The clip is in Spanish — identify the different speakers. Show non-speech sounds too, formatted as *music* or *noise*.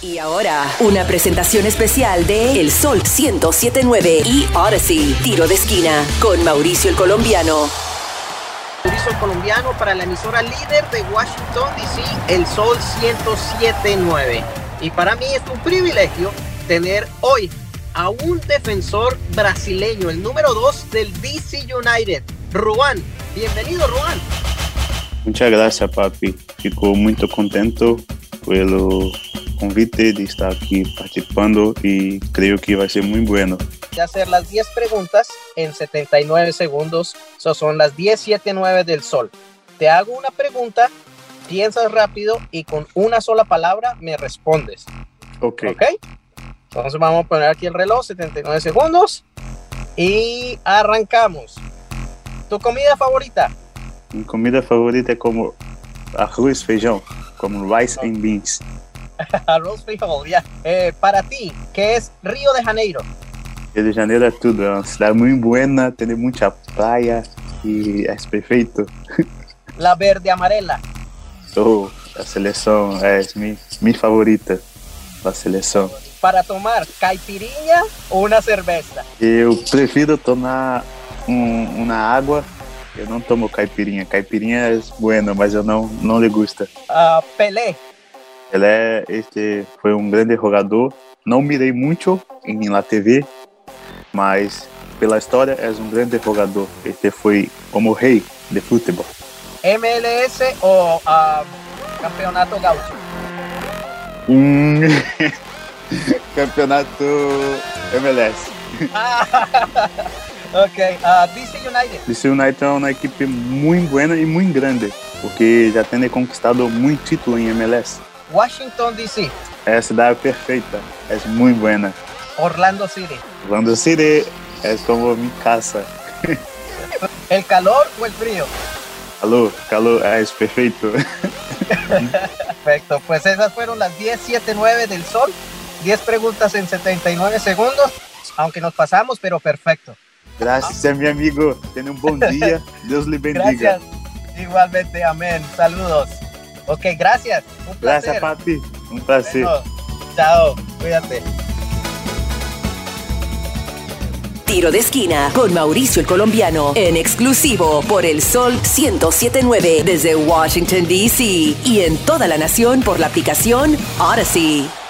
Speaker 1: Y ahora, una presentación especial de El Sol 1079 y Odyssey, tiro de esquina, con Mauricio el Colombiano.
Speaker 2: Mauricio el Colombiano para la emisora líder de Washington, D.C., El Sol 1079. Y para mí es un privilegio tener hoy a un defensor brasileño, el número 2 del DC United, Ruan. Bienvenido, Ruan.
Speaker 3: Muchas gracias, papi. Fico muy contento pelo convite de estar aquí participando y creo que va a ser muy bueno.
Speaker 2: De hacer las 10 preguntas en 79 segundos, eso son las 10.79 del sol. Te hago una pregunta, piensas rápido y con una sola palabra me respondes.
Speaker 3: Ok.
Speaker 2: Ok. Entonces vamos a poner aquí el reloj, 79 segundos y arrancamos. ¿Tu comida favorita? *laughs*
Speaker 3: Mi comida favorita es como arroz feijão, como rice and beans.
Speaker 2: Arroz frijol, ya. Eh, para ti, ¿qué es Río de Janeiro?
Speaker 3: Rio de Janeiro é tudo, é uma cidade muito boa, tem muita praia e é perfeito.
Speaker 2: La verde amarela.
Speaker 3: Sou Então, a seleção, é minha, minha favorita da seleção.
Speaker 2: Para tomar caipirinha o una cerveza.
Speaker 3: Eu prefiro tomar um, uma água, eu não tomo caipirinha. Caipirinha é boa, mas eu não, não lhe gusta.
Speaker 2: Ah, Pelé.
Speaker 3: Pelé este foi um grande jogador. Não mirei muito em la TV, mas pela história é um grande jogador. Este foi como rei de futebol.
Speaker 2: MLS o ah, Campeonato Gaucho.
Speaker 3: Hum, *laughs* Campeonato MLS.
Speaker 2: ok, ah, DC United.
Speaker 3: DC United é uma equipe muito boa e muito grande, porque já tem conquistado muito título em MLS.
Speaker 2: Washington DC.
Speaker 3: É a cidade perfeita, é muito boa.
Speaker 2: Orlando City.
Speaker 3: Orlando City é como minha casa.
Speaker 2: ¿El calor o el frío?
Speaker 3: Calor, calor, é perfeito.
Speaker 2: Perfecto, pues esas fueron las 10.79 del sol. 10 preguntas en 79 segundos, aunque nos pasamos, pero perfecto.
Speaker 3: *laughs* Graças, é meu amigo. Tenha um bom *laughs* dia. Deus lhe bendiga.
Speaker 2: Gracias. Igualmente, amén. Saludos. Ok, gracias. Un
Speaker 3: Graças,
Speaker 2: placer.
Speaker 3: papi. Um prazer.
Speaker 2: Bueno, chao, cuídate.
Speaker 1: Tiro de esquina con Mauricio el Colombiano en exclusivo por el Sol 1079 desde Washington, D.C. y en toda la nación por la aplicación Odyssey.